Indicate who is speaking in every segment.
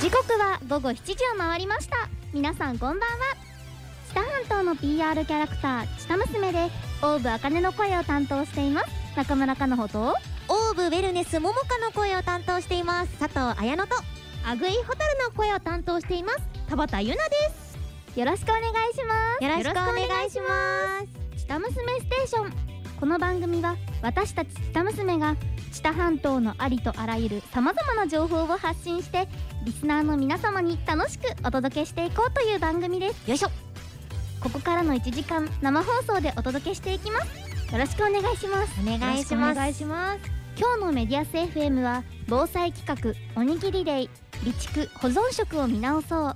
Speaker 1: 時刻は午後7時を回りました皆さんこんばんは知多半島の PR キャラクター知多娘でオーブ茜の声を担当しています中村かのほと
Speaker 2: オーブウェルネスももかの声を担当しています佐藤綾乃と
Speaker 1: あぐいホタルの声を担当しています田畑ゆなですよろしくお願いします
Speaker 2: よろしくお願いします
Speaker 1: 知多娘ステーションこの番組は私たち知多娘が知多半島のありとあらゆるさまざまな情報を発信してリスナーの皆様に楽しくお届けしていこうという番組です
Speaker 2: よいしょ
Speaker 1: ここからの1時間生放送でお届けしていきますよろしくお願いします
Speaker 2: お願いします
Speaker 1: ます今日のメディアス FM は防災企画おにぎりデイ備蓄保存食を見直そう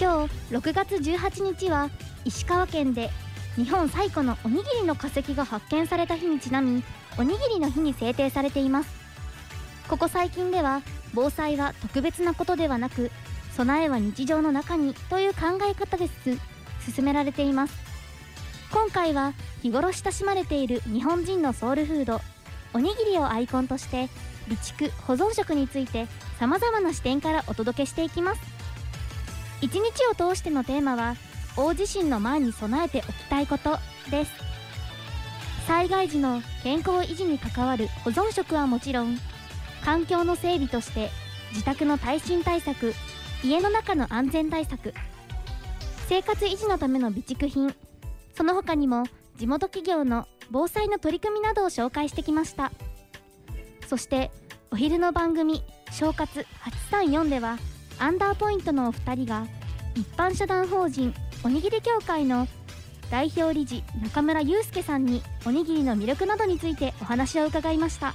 Speaker 1: 今日6月18日は石川県で日本最古のおにぎりの化石が発見された日にちなみおにぎりの日に制定されていますここ最近では防災は特別なことではなく備えは日常の中にという考え方です進められています今回は日頃親しまれている日本人のソウルフードおにぎりをアイコンとして備蓄保存食についてさまざまな視点からお届けしていきます一日を通してのテーマは大地震の前に備えておきたいことです災害時の健康維持に関わる保存食はもちろん環境の整備として自宅の耐震対策家の中の安全対策生活維持のための備蓄品その他にも地元企業の防災の取り組みなどを紹介してきましたそしてお昼の番組「正活834」ではアンダーポイントのお二人が一般社団法人おにぎり協会の代表理事中村祐介さんにおにぎりの魅力などについてお話を伺いました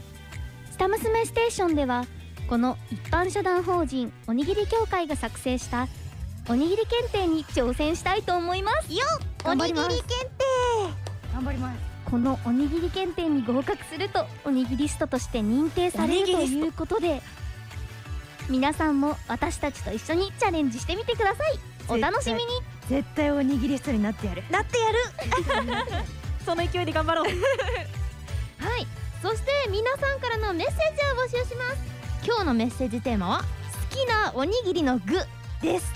Speaker 1: 「下娘ステーション」ではこの一般社団法人おにぎり協会が作成したおにぎり検定に挑戦したいと思います
Speaker 2: よお
Speaker 1: 頑
Speaker 2: に
Speaker 1: 張り
Speaker 2: ぎり
Speaker 1: ます
Speaker 2: 検
Speaker 3: 頑張ります
Speaker 1: このおにぎり検定に合格するとおにぎりストとして認定されると
Speaker 2: おにぎり
Speaker 1: いうことで皆さんも私たちと一緒にチャレンジしてみてくださいお楽しみに
Speaker 3: 絶対おにぎりストになってやる
Speaker 2: 定なってやる
Speaker 3: その勢いで頑張 ろう
Speaker 1: はいそして皆さんからのメッセージを募集します
Speaker 2: 今日のメッセージテーマは好きなおにぎりの具です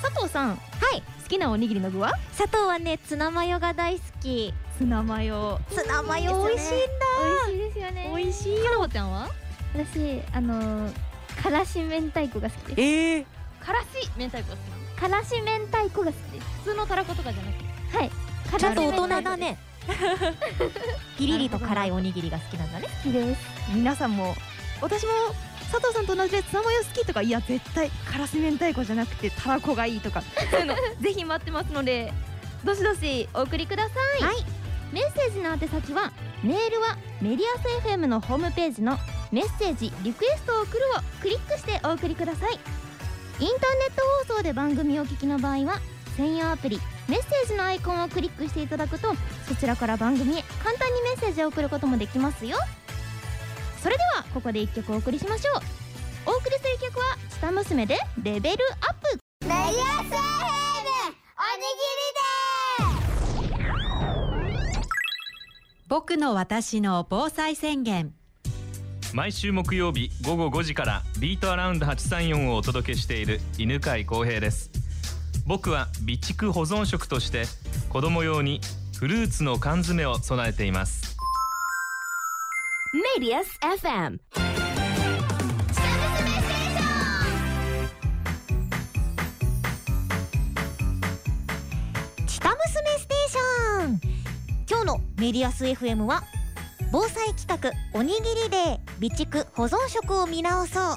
Speaker 3: 佐藤さん
Speaker 2: はい
Speaker 3: 好きなおにぎりの具は
Speaker 2: 佐藤はねツナマヨが大好き
Speaker 3: ツナマヨ
Speaker 2: ツナマヨ美味しいん
Speaker 1: 美味しいですよね
Speaker 3: 美味しいよちゃんは
Speaker 1: 私あのーからし明太子が好きです
Speaker 3: ええ
Speaker 4: からし明太子好きなの
Speaker 1: からし明太子が好きで
Speaker 4: 普通のたらことかじゃなくて
Speaker 1: すはい
Speaker 2: だちょっと大人
Speaker 1: 好
Speaker 2: だねピリリと辛いおにぎりが好きなんだね
Speaker 1: きです
Speaker 3: 皆さんも私も佐藤さんと同じでツナマヨ好きとかいや絶対からし明太子じゃなくてたらこがいいと かそういうのぜひ待ってますのでどしどしお送りください
Speaker 2: はいメッセージの宛先はメールはメディアス FM のホームページのメッセージリクエストを送るをクリックしてお送りくださいインターネット放送で番組をお聞きの場合は専用アプリメッセージのアイコンをクリックしていただくとそちらから番組へ簡単にメッセージを送ることもできますよそれではここで1曲お送りしましょうお送りする曲は「スタ娘」でレベルアップ
Speaker 5: メディアス FM おにぎりです
Speaker 6: 僕の私の防災宣言
Speaker 7: 毎週木曜日午後5時からビートアラウンド834をお届けしている犬飼康平です僕は備蓄保存食として子供用にフルーツの缶詰を備えています
Speaker 2: メディアス FM チタ娘ステーション今日のメディアス FM は防災企画おにぎりで備蓄保存食を見直そう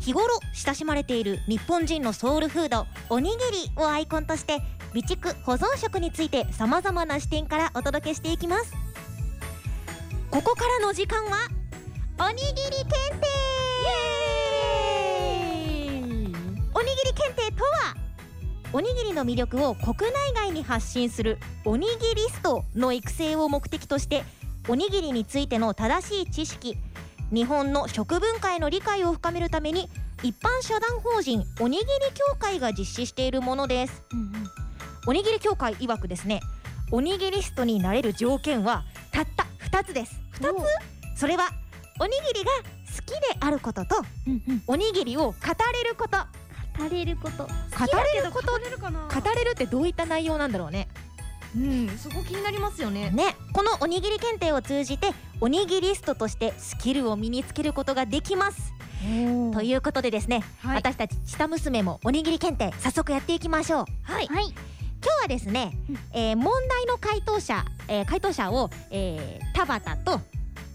Speaker 2: 日頃親しまれている日本人のソウルフードおにぎりをアイコンとして備蓄保存食についてさまざまな視点からお届けしていきますここからの時間はおにぎり検定おにぎり検定とはおにぎりの魅力を国内外に発信するおにぎリストの育成を目的としておにぎりについての正しい知識日本の食文化への理解を深めるために一般社団法人おにぎり協会が実施しているものです、おにぎり協会曰くですねおにぎリストになれる条件はたった2つです2つそれはおにぎりが好きであることとおにぎりを語れること
Speaker 1: 語れること
Speaker 2: 語れること
Speaker 3: れるかな
Speaker 2: 語れるってどういった内容なんだろうね
Speaker 3: うんそこ気になりますよね
Speaker 2: ねこのおにぎり検定を通じておにぎりストとしてスキルを身につけることができますということでですね、
Speaker 3: はい
Speaker 2: 私たち下娘もおにぎり検定早速やっていきましょうはい
Speaker 1: はい
Speaker 2: 今日はですね、えー問題の回答者、えー回答者を、えー田畑と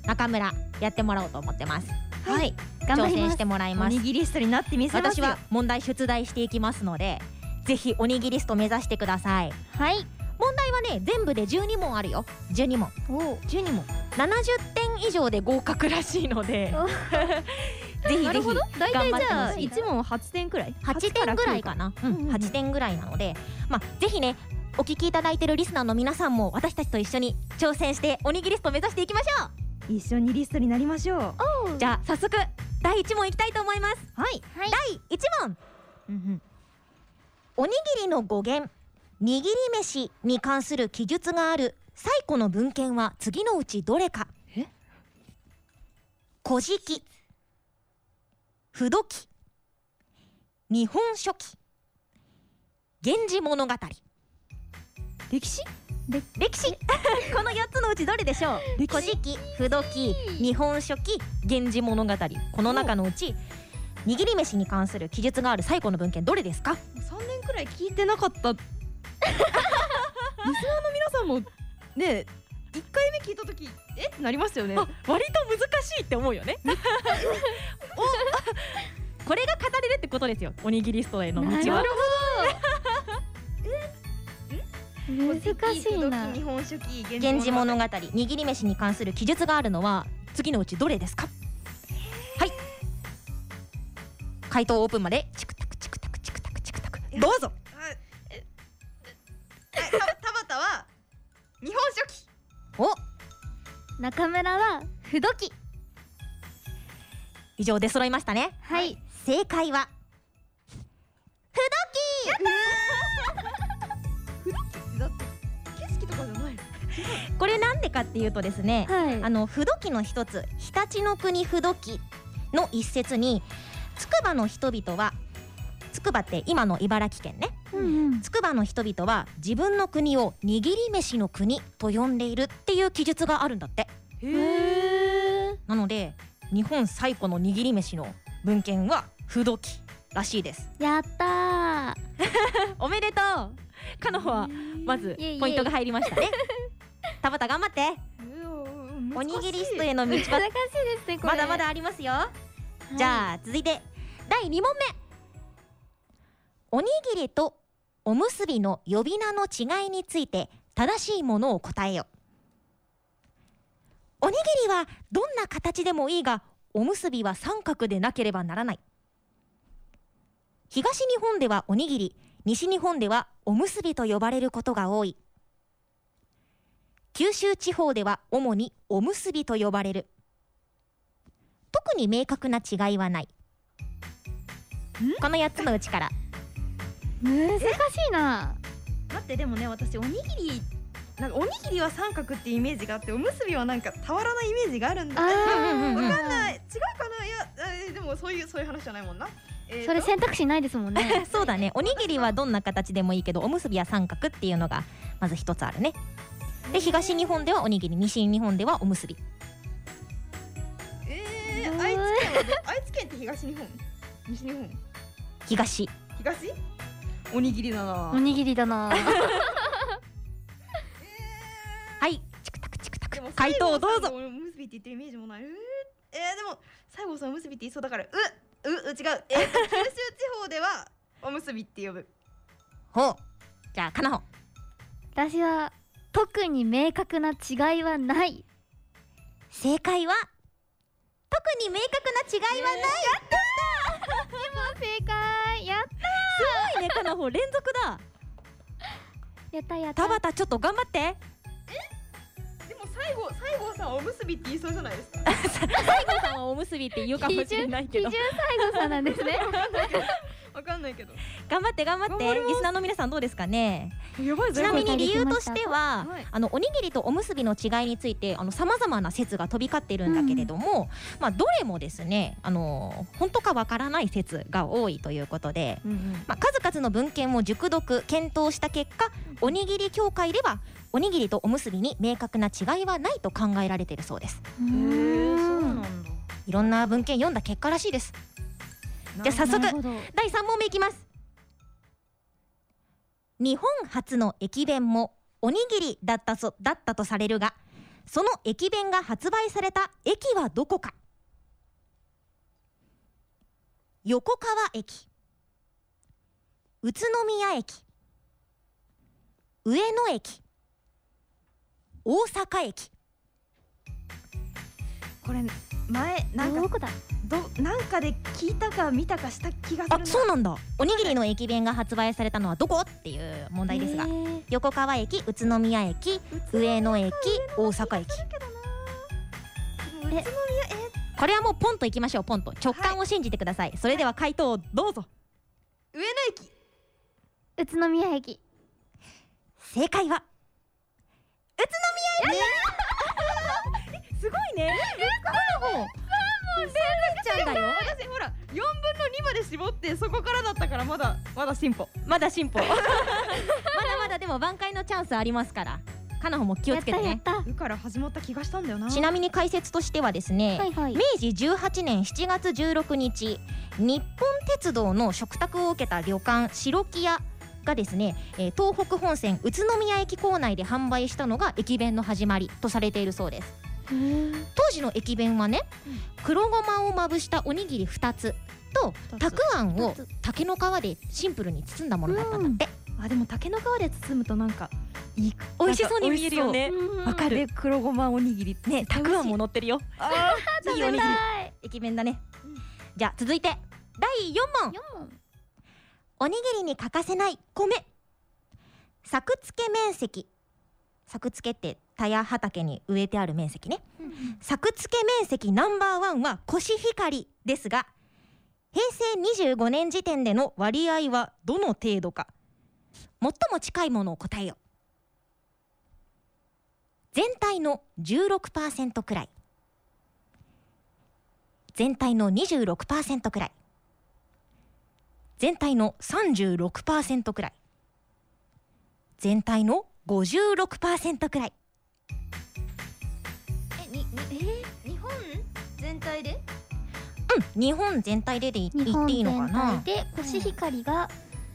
Speaker 2: 中村やってもらおうと思ってますはい、
Speaker 1: 頑張
Speaker 2: 挑
Speaker 1: り
Speaker 2: 戦
Speaker 1: ま
Speaker 2: し
Speaker 1: す
Speaker 2: てもらい
Speaker 3: お
Speaker 2: ます
Speaker 3: にぎりストになってみせます
Speaker 2: 私
Speaker 3: よ
Speaker 2: は問題出題していきますのでぜひおにぎりスト目指してください
Speaker 1: はい
Speaker 2: 問題はね全部で12問あるよ12問
Speaker 1: お
Speaker 2: 12問70点以上で合格らしいので ぜひぜ
Speaker 3: なる
Speaker 2: ひ
Speaker 3: ほど大体じゃ
Speaker 2: 頑
Speaker 3: あ
Speaker 2: 張ってほしい
Speaker 3: 一問8点くらい
Speaker 2: 8点ぐらいかな、うん
Speaker 1: うんうん
Speaker 2: 8点ぐらいなので、まあ、ぜひねお聞きいただいてるリスナーの皆さんも私たちと一緒に挑戦しておにぎりスト目指していきましょ
Speaker 3: 一緒にリストになりましょう
Speaker 2: うじゃあ早速第1問いきたいと思いますはい、
Speaker 1: はい
Speaker 2: 第1問、おにぎりの語源握り飯に関する記述がある最古の文献は次のうちどれか
Speaker 3: え
Speaker 2: 古事記不土記日本書紀源氏物語
Speaker 3: 歴史
Speaker 2: 歴史この4つのうちどれでしょう
Speaker 3: 歴
Speaker 2: 古
Speaker 3: 史
Speaker 2: 事記不土記日本書紀源氏物語この中のうち握り飯に関する記述がある最古の文献どれですか
Speaker 3: 3年くらい聞いてなかった リスナーの皆さんもね1回目聞いた時えってなりますよね
Speaker 2: 割と難しいって思うよね これが語れるってことですよおにぎりストへの道
Speaker 1: なる
Speaker 2: は
Speaker 1: 難しいな
Speaker 3: 古事記不動記日本書紀
Speaker 2: 源氏物語握り飯に関する記述があるのは次のうちどれですかはい回答オープンまでチクタクチクタクチクタクチクタクどうぞ
Speaker 3: あえええた田畑は日本書紀
Speaker 2: お
Speaker 1: 中村は不動き
Speaker 2: 以上出揃いましたね
Speaker 1: はい
Speaker 2: 正解は
Speaker 3: だって景色とかじゃない
Speaker 2: これなんでかっていうとですね
Speaker 1: はい
Speaker 2: あの不土記の一つ常陸の国不土記の一節に筑波の人々は筑波って今の茨城県ね
Speaker 1: うんうん
Speaker 2: 筑波の人々は自分の国を握り飯の国と呼んでいるっていう記述があるんだって
Speaker 3: へえ
Speaker 2: なので日本最古の握り飯の文献は不土記らしいです
Speaker 1: やった
Speaker 2: おめでと うかのほはまず
Speaker 1: イエイイエイ
Speaker 2: ポイントが入りました ね田畑頑張っておにぎりストへの道
Speaker 1: ー難
Speaker 2: は
Speaker 1: しいですねこれ
Speaker 2: まだまだありますよじゃあ続いて第2問目おにぎりとおむすびの呼び名の違いについて正しいものを答えよおにぎりはどんな形でもいいがおむすびは三角でなければならない東日本ではおにぎり西日本ではおむすびと呼ばれることが多い九州地方では主におむすびと呼ばれる特に明確な違いはないこの8つのうちから
Speaker 1: 難しいな
Speaker 3: 待ってでもね私おにぎりなんかおにぎりは三角ってイメージがあっておむすびはなんか俵のイメージがあるんだわ
Speaker 1: あ
Speaker 2: うんうんうん
Speaker 3: かんない違うかないやえーでもそういうそういう話じゃないもんな、えー
Speaker 1: ー
Speaker 3: と
Speaker 1: それ選択肢ないですもん ね
Speaker 2: そうだねおにぎりはどんな形でもいいけどおむすびは三角っていうのがまず一つあるねで東日本ではおにぎり西日本ではおむすび
Speaker 3: えー、愛知県はど愛知県って東日本西日本
Speaker 2: 東
Speaker 3: 東おにぎりだな
Speaker 1: おにぎりだ な
Speaker 2: はいチクタクチクタク
Speaker 3: でも
Speaker 2: 回答をどう
Speaker 3: 西郷さん
Speaker 2: ぞ
Speaker 3: がおむすびって言ってるイメージもないうーえー、でも西郷さんおむすびって言いそうだからううう違う、えー、九州地方ではおむすびって呼ぶ
Speaker 2: ほうじゃあかなほ
Speaker 1: 私は特に明確な違いは ない
Speaker 2: 正解は特に明確な違いはない、
Speaker 1: 正解や
Speaker 2: すごいね かなほ連続だ
Speaker 1: やったやった
Speaker 2: 田畑ちょっと頑張って
Speaker 3: でも西郷西郷さんおむすびって言いそうじゃないですか
Speaker 2: 西郷さんはおむすびって言うかもしれないけ
Speaker 1: 基
Speaker 2: ど
Speaker 1: 準最後さんなんですね
Speaker 3: おわかんないけど。
Speaker 2: 頑張って頑張って
Speaker 3: 頑張ります
Speaker 2: リスナーの皆さんどうですかね
Speaker 3: やばい
Speaker 2: ちなみに理由としては
Speaker 3: はい
Speaker 2: あのおにぎりとおむすびの違いについてさまざまな説が飛び交っているんだけれども、まあ、どれもですねあの本当かわからない説が多いということで、まあ、数々の文献を熟読検討した結果おにぎり協会ではおにぎりとおむすびに明確な違いはないと考えられているそうです
Speaker 3: へえ、そうなんだ。
Speaker 2: いろんな文献読んだ結果らしいですじゃあ早速
Speaker 1: なるほど
Speaker 2: 第3問目いきます日本初の駅弁もおにぎりだったそだったとされるがその駅弁が発売された駅はどこか横川駅宇都宮駅上野駅大阪駅
Speaker 3: これ前なん
Speaker 1: ど
Speaker 3: か
Speaker 1: こだ
Speaker 3: どなんかで聞いたか見たかした気がする
Speaker 2: あ
Speaker 3: な。
Speaker 2: そうなんだおにぎりの駅弁が発売されたのはどこっていう問題ですが
Speaker 1: へー
Speaker 2: 横川駅宇都宮駅上野駅大阪駅
Speaker 3: え
Speaker 1: え
Speaker 2: これはもうポンといきましょうポンと直感を信じてください、それでは回答をどうぞ
Speaker 3: 上野駅。
Speaker 1: 宇都宮駅
Speaker 2: 正解は宇都宮駅、 すごいね
Speaker 3: ちゃんだよ。私ほら四分の二まで絞ってそこからだったからまだまだ進歩。
Speaker 2: まだ進歩まだまだでも挽回のチャンスありますからかなほも気をつけて
Speaker 1: や
Speaker 2: ね
Speaker 1: ったやっ
Speaker 3: うから始まった気がしたんだよな。
Speaker 2: ちなみに解説としてはです
Speaker 1: た
Speaker 2: ね、
Speaker 1: はいはい
Speaker 2: 明治18年7月16日日本鉄道の食卓を受けた旅館白木屋がですね、えー東北本線宇都宮駅構内で販売したのが駅弁の始まりとされているそうです
Speaker 1: へー
Speaker 2: 当時の駅弁はね黒ごまをまぶしたおにぎり2つとたくあんを
Speaker 1: 二つ
Speaker 2: 竹の皮でシンプルに包んだものだったんだって、
Speaker 3: あでも竹の皮で包むとなんかいい
Speaker 2: 美味しそうに見えるよね
Speaker 1: うん
Speaker 2: わかる
Speaker 3: で黒ごまおにぎり
Speaker 2: ねたくあんも乗ってるよ
Speaker 3: あ
Speaker 2: いいおにぎり駅弁だね、じゃあ続いて第4問
Speaker 1: 四問
Speaker 2: おにぎりに欠かせない米作付け面積作付けって田や畑に植えてある面積ね、作付け面積ナンバーワンはコシヒカリですが平成25年時点での割合はどの程度か最も近いものを答えよ全体の16%くらい全体の26%くらい全体の36%くらい全体の56%くらい
Speaker 8: え、に、に、えー、日本全体で
Speaker 2: うん日本全体ででい
Speaker 1: 日
Speaker 2: 言っ
Speaker 1: 本
Speaker 2: ていいのか
Speaker 1: 全体
Speaker 2: な
Speaker 1: でコシヒカリが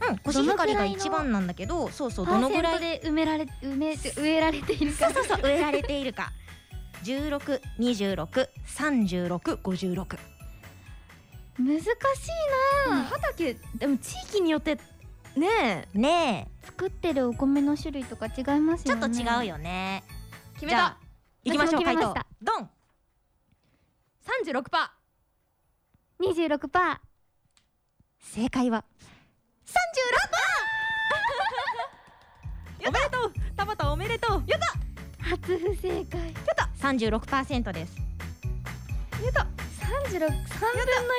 Speaker 2: うんコシヒカリが一番なんだけどそうそう
Speaker 1: パ
Speaker 2: どの
Speaker 1: ーセ
Speaker 2: ぐ
Speaker 1: ン
Speaker 2: ら
Speaker 1: ト
Speaker 2: い
Speaker 1: で埋められ埋め植えられている か
Speaker 2: そうそうそう植えられているか16263656
Speaker 1: 難しいなあ
Speaker 3: 畑でも地域によってね
Speaker 2: ね
Speaker 1: 作ってるお米の種類とか違います
Speaker 2: えち
Speaker 1: よ
Speaker 2: ょっ
Speaker 1: ね
Speaker 2: と違うよね
Speaker 3: 決
Speaker 2: じゃあ行きましょう
Speaker 1: 私
Speaker 2: 回
Speaker 1: も決めま
Speaker 2: 答
Speaker 1: した
Speaker 2: ドン
Speaker 3: 三十六パ
Speaker 1: 26パー
Speaker 2: 正解は
Speaker 3: ー。おめでとうタバタおめでとう。やっ
Speaker 1: 初不正解
Speaker 2: 36%です
Speaker 3: やった。
Speaker 1: 三十六三分の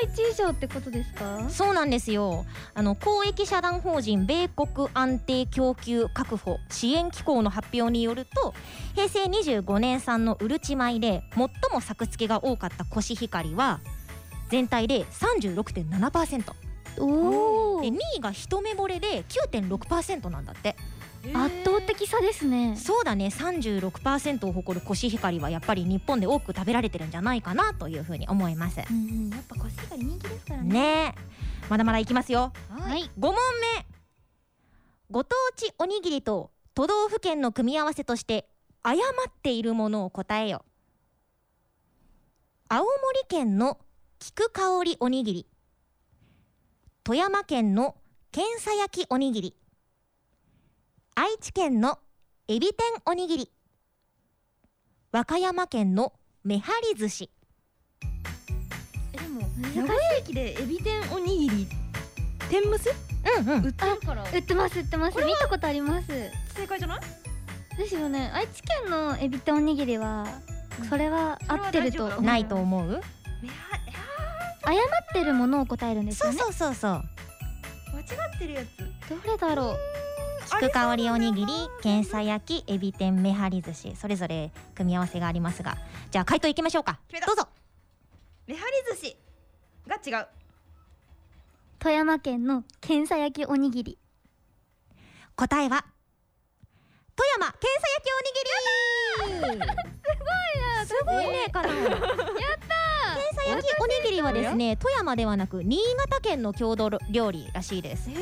Speaker 1: 一以上ってことですか？
Speaker 2: そうなんですよあの公益社団法人米国安定供給確保支援機構の発表によると平成25年産のうるち米で最も作付けが多かったコシヒカリは全体で36.7%で
Speaker 1: おお
Speaker 2: 2位が一目惚れで9.6%なんだって
Speaker 1: 圧倒的差ですね。
Speaker 2: そうだね36%を誇るコシヒカリはやっぱり日本で多く食べられてるんじゃないかなというふうに思います
Speaker 1: うんうん、やっぱコシヒカリ人気ですからね。
Speaker 2: ねえまだまだいきますよ
Speaker 1: はい。
Speaker 2: 5問目ご当地おにぎりと都道府県の組み合わせとして誤っているものを答えよ青森県の菊香りおにぎり富山県のけんさ焼きおにぎり愛知県のエビ天おにぎり和歌山県のめはり寿司
Speaker 8: え、でも、
Speaker 3: 名古屋駅でエビ天おにぎり天むす
Speaker 2: うんうん
Speaker 3: 売ってるから
Speaker 1: 売ってます売ってます。見たことあります。
Speaker 3: 正解じゃない
Speaker 1: ですよね。愛知県のエビとおにぎりはそれは合ってると
Speaker 3: それは大丈夫だ
Speaker 1: 誤
Speaker 2: ないと思う
Speaker 3: いや
Speaker 1: ってるものを答えるんです
Speaker 2: そ
Speaker 1: よ
Speaker 2: う
Speaker 1: ね。
Speaker 2: そうそうそう
Speaker 3: ってるやつ
Speaker 8: どれだろう
Speaker 3: あ
Speaker 2: 菊香りおにぎり、けんさ焼き、エビ天、めはり寿司、それぞれ組み合わせがありますが、じゃあ回答いきましょうか
Speaker 3: 決め。た
Speaker 2: どうぞ。
Speaker 3: めはり寿司が違う
Speaker 1: 富山県のけんさ焼きおにぎり
Speaker 2: 答えは富山けんさ焼きおにぎり。
Speaker 8: すごいね
Speaker 2: かな。やったー。けんさ焼きおにぎりはですね、富山ではなく新潟県の郷土料理らしいです。味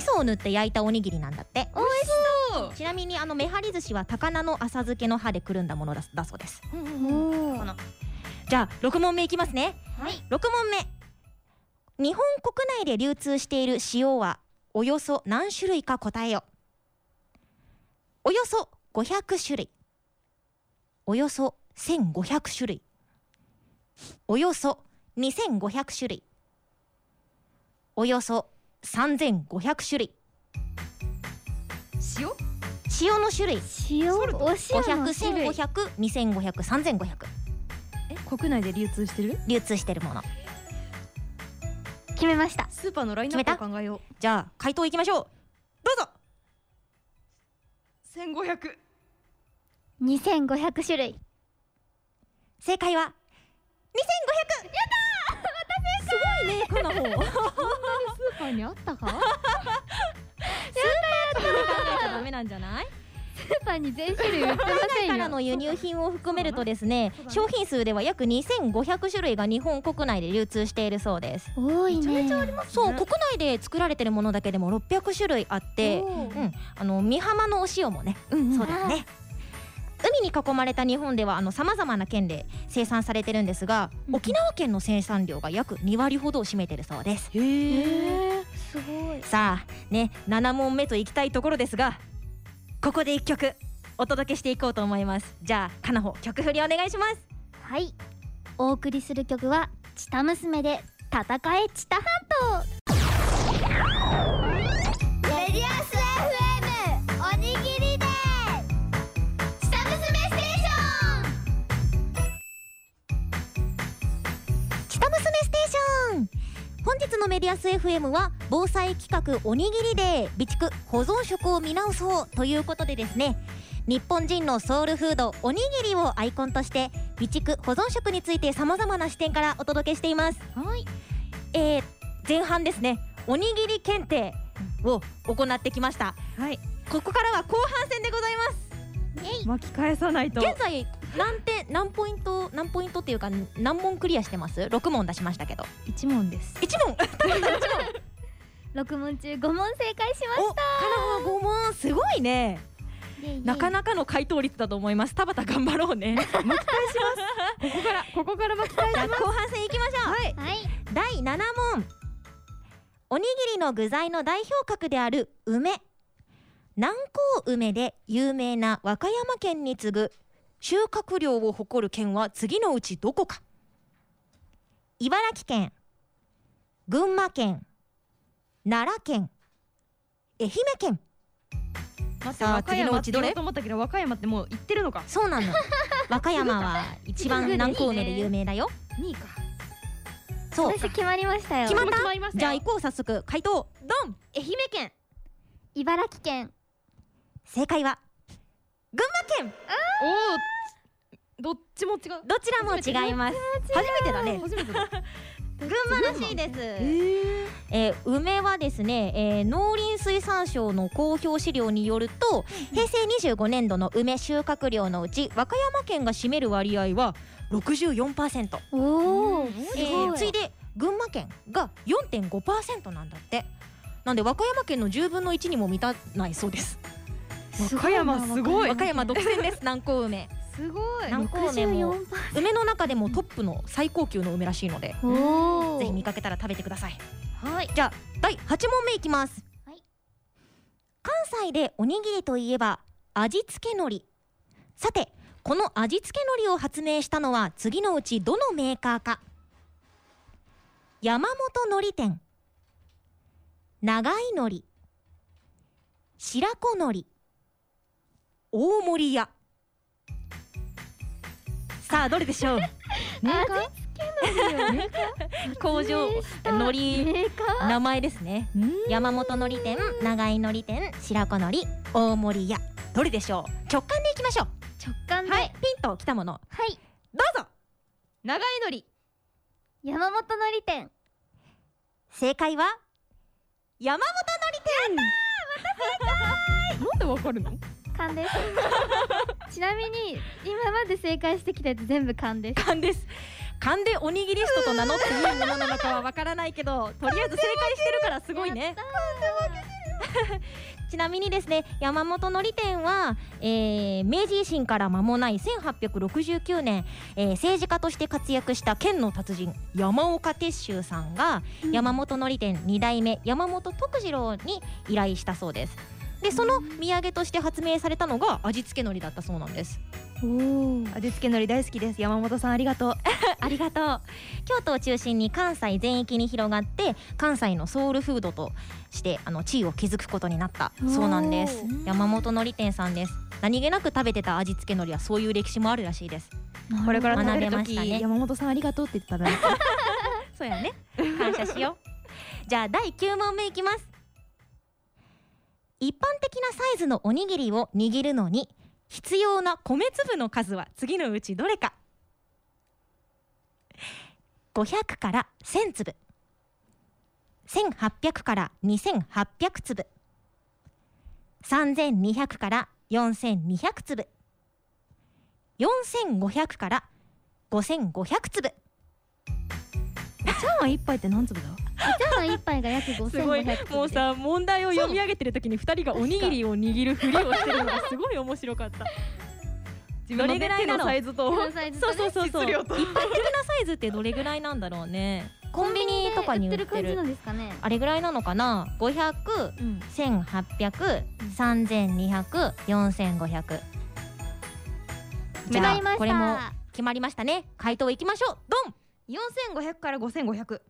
Speaker 2: 噌を塗って焼いたおにぎりなんだって。美味しそう。ちなみにあのめはり寿司は高菜の浅漬けの葉でくるんだものだだそうです。
Speaker 1: お
Speaker 2: じゃあ六問目いきますね。
Speaker 4: はい
Speaker 2: 六問目。日本国内で流通している塩はおよそ何種類か答えよ。およそ500種類。およそ1500種類。およそ2500種類。およそ3500種類。
Speaker 3: 塩
Speaker 2: 塩の種類。
Speaker 1: 塩お塩
Speaker 2: 500、
Speaker 1: の種類
Speaker 2: 1500、2500、3500。
Speaker 3: 国内で流通してる
Speaker 2: 流通しているもの。
Speaker 1: 決めました
Speaker 3: スーパーのライン
Speaker 2: ナップを
Speaker 3: 考えよう
Speaker 2: じゃあ回答いきましょう。どうぞ
Speaker 3: 1500
Speaker 1: 2500種類
Speaker 2: 正解は2500やったーまた正解すごいねこの方 スー
Speaker 8: スーパーにあったか
Speaker 2: パーで考えちゃダメなんじゃない
Speaker 8: スーパーに全種類売ってませ
Speaker 2: 海外
Speaker 8: ん
Speaker 2: か
Speaker 8: よ
Speaker 2: らの輸入品を含めるとですね
Speaker 3: そうだね
Speaker 2: 商品数では約2500種類が日本国内で流通しているそうです
Speaker 1: 多いね
Speaker 2: そう
Speaker 3: ね
Speaker 2: 国内で作られてるものだけでも600種類あってうんあの美浜のお塩もねそうだよね海に囲まれた日本ではあの様々な県で生産されてるんですが
Speaker 1: うん
Speaker 2: 沖縄県の生産量が約2割ほどを占めてるそうです
Speaker 3: へえ
Speaker 1: すごい
Speaker 2: さあね7問目といきたいところですがここで1曲お届けしていこうと思いますじゃあかなほ曲振りお願いします
Speaker 1: はいお送りする曲は「チタ娘」で「戦えチタ半島」
Speaker 4: メディアス FM おにぎりで下娘ステーシ
Speaker 2: チタ娘ステーション本日のメディアス FM は防災企画おにぎりで備蓄保存食を見直そうということでですね日本人のソウルフードおにぎりをアイコンとして備蓄保存食についてさまざまな視点からお届けしています
Speaker 8: はい
Speaker 2: えー前半ですねおにぎり検定を行ってきました
Speaker 3: はい
Speaker 2: ここからは後半戦でございます
Speaker 3: 巻き返さないと
Speaker 2: 現在何点何ポイント何ポイントっていうか何問クリアしてます六問出しましたけど
Speaker 3: 一問です
Speaker 2: 一問か
Speaker 1: 6問中5問正解しまし
Speaker 2: なは五問すごいね
Speaker 1: たイエイ
Speaker 2: なかなかの回答率だと思います田畑頑張ろうね
Speaker 3: ここからここから 巻き返
Speaker 2: じゃあ後半戦いきましょう、
Speaker 1: はい
Speaker 2: 第7問おにぎりの具材の代表格である梅南高梅で有名な和歌山県に次ぐ収穫量を誇る県は次のうちどこか茨城県群馬県奈良県愛媛県
Speaker 3: 待って
Speaker 2: さあ
Speaker 3: 和歌
Speaker 2: 次の
Speaker 3: 山
Speaker 2: う
Speaker 3: っ
Speaker 2: ち
Speaker 3: て
Speaker 2: ど
Speaker 3: 言
Speaker 2: れ
Speaker 3: おうと思ったけど和歌山ってもう行ってるのか
Speaker 2: そうなの和歌山は一番南高梅で有名だよ
Speaker 3: 2位か
Speaker 2: そう
Speaker 1: 私決まりましたよ
Speaker 2: 決まっ
Speaker 3: 決まりま
Speaker 2: た
Speaker 3: したよ
Speaker 2: じゃあ行こう早速回答ドン
Speaker 8: 愛媛県
Speaker 1: 茨城県
Speaker 2: 正解は群馬県
Speaker 3: おおどっちも違う
Speaker 2: どちらも違います。初めてだ ね。
Speaker 3: 初めてだ
Speaker 2: 群馬らしいです。
Speaker 3: え
Speaker 2: えー梅はですね、えー農林水産省の公表資料によると、平成25年度の梅収穫量のうち和歌山県が占める割合は64%。
Speaker 1: おおす
Speaker 2: えー次いで群馬県が4.5%なんだって。なんで和歌山県の10分の1にも満たないそうです。
Speaker 3: 和歌山すごい
Speaker 2: 和歌山独占です。南高梅。
Speaker 3: すごい
Speaker 2: 南高梅も梅の中でもトップの最高級の梅らしいので。
Speaker 1: おお
Speaker 2: ぜひ見かけたら食べてください。
Speaker 8: はい
Speaker 2: じゃあ第八問目いきます。
Speaker 1: はい
Speaker 2: 関西でおにぎりといえば味付け海苔。さてこの味付け海苔を発明したのは次のうちどのメーカーか。山本海苔店、長井海苔、白子海苔、大盛り屋。さあどれでしょう。
Speaker 1: 味付け
Speaker 2: 工場のり
Speaker 1: メーカー
Speaker 2: 名前ですね山本のり店長井のり店白子のり大森屋どれでしょう直感でいきましょう
Speaker 1: 直感で、
Speaker 2: はいピンときたもの
Speaker 1: はい
Speaker 2: どうぞ
Speaker 3: 長いのり
Speaker 1: 山本のり店
Speaker 2: 正解は山本のり店
Speaker 3: なんでわかるの
Speaker 1: 勘です ちなみに今まで正解してきたやつ全部勘です
Speaker 2: 勘です勘でおにぎりストと名乗っていいものなのかはわからないけ どとりあえず正解してるからすごいね ちなみにですね山本のり店は、えー明治維新から間もない1869年、えー政治家として活躍した県の達人山岡鉄舟さんが、山本のり店2代目山本徳次郎に依頼したそうですでその土産として発明されたのが味付けのりだったそうなんです
Speaker 3: 味付けのり大好きです山本さんありがとう
Speaker 2: ありがとう京都を中心に関西全域に広がって関西のソウルフードとしてあの地位を築くことになったそうなんです山本のり店さんです何気なく食べてた味付けのりはそういう歴史もあるらしいです
Speaker 3: これから食べる
Speaker 2: 学べまし
Speaker 3: 時、
Speaker 2: たね
Speaker 3: 山本さんありがとうって言って食べます
Speaker 2: そうやね感謝しようじゃあ第9問目いきます一般的なサイズのおにぎりを握るのに必要な米粒の数は次のうちどれか500から1000粒1800から2800粒3200から4200粒4500から5500粒
Speaker 3: パン一杯って何粒だ
Speaker 1: 茶碗一杯が約5500
Speaker 6: すごい もうさ問題を読み上げてる時に二人がおにぎりを握るふりをしてるのがすごい面白かった 自分の
Speaker 2: どれぐ
Speaker 6: ね
Speaker 2: ら
Speaker 6: 手
Speaker 2: いな
Speaker 6: の
Speaker 2: の
Speaker 6: サイズと
Speaker 2: そうそうそうそう。
Speaker 6: 質
Speaker 2: 一
Speaker 6: 量
Speaker 2: 般的なサイズってどれぐらいなんだろ うね。コンビニとかに売ってる。
Speaker 1: 感じなんですかね
Speaker 2: あれぐらいなのかな。五百、千八百、三千二百、四千五百。
Speaker 1: 決まりました
Speaker 2: これも決まりましたね。回答いきましょう。ドン。
Speaker 3: 4500から5500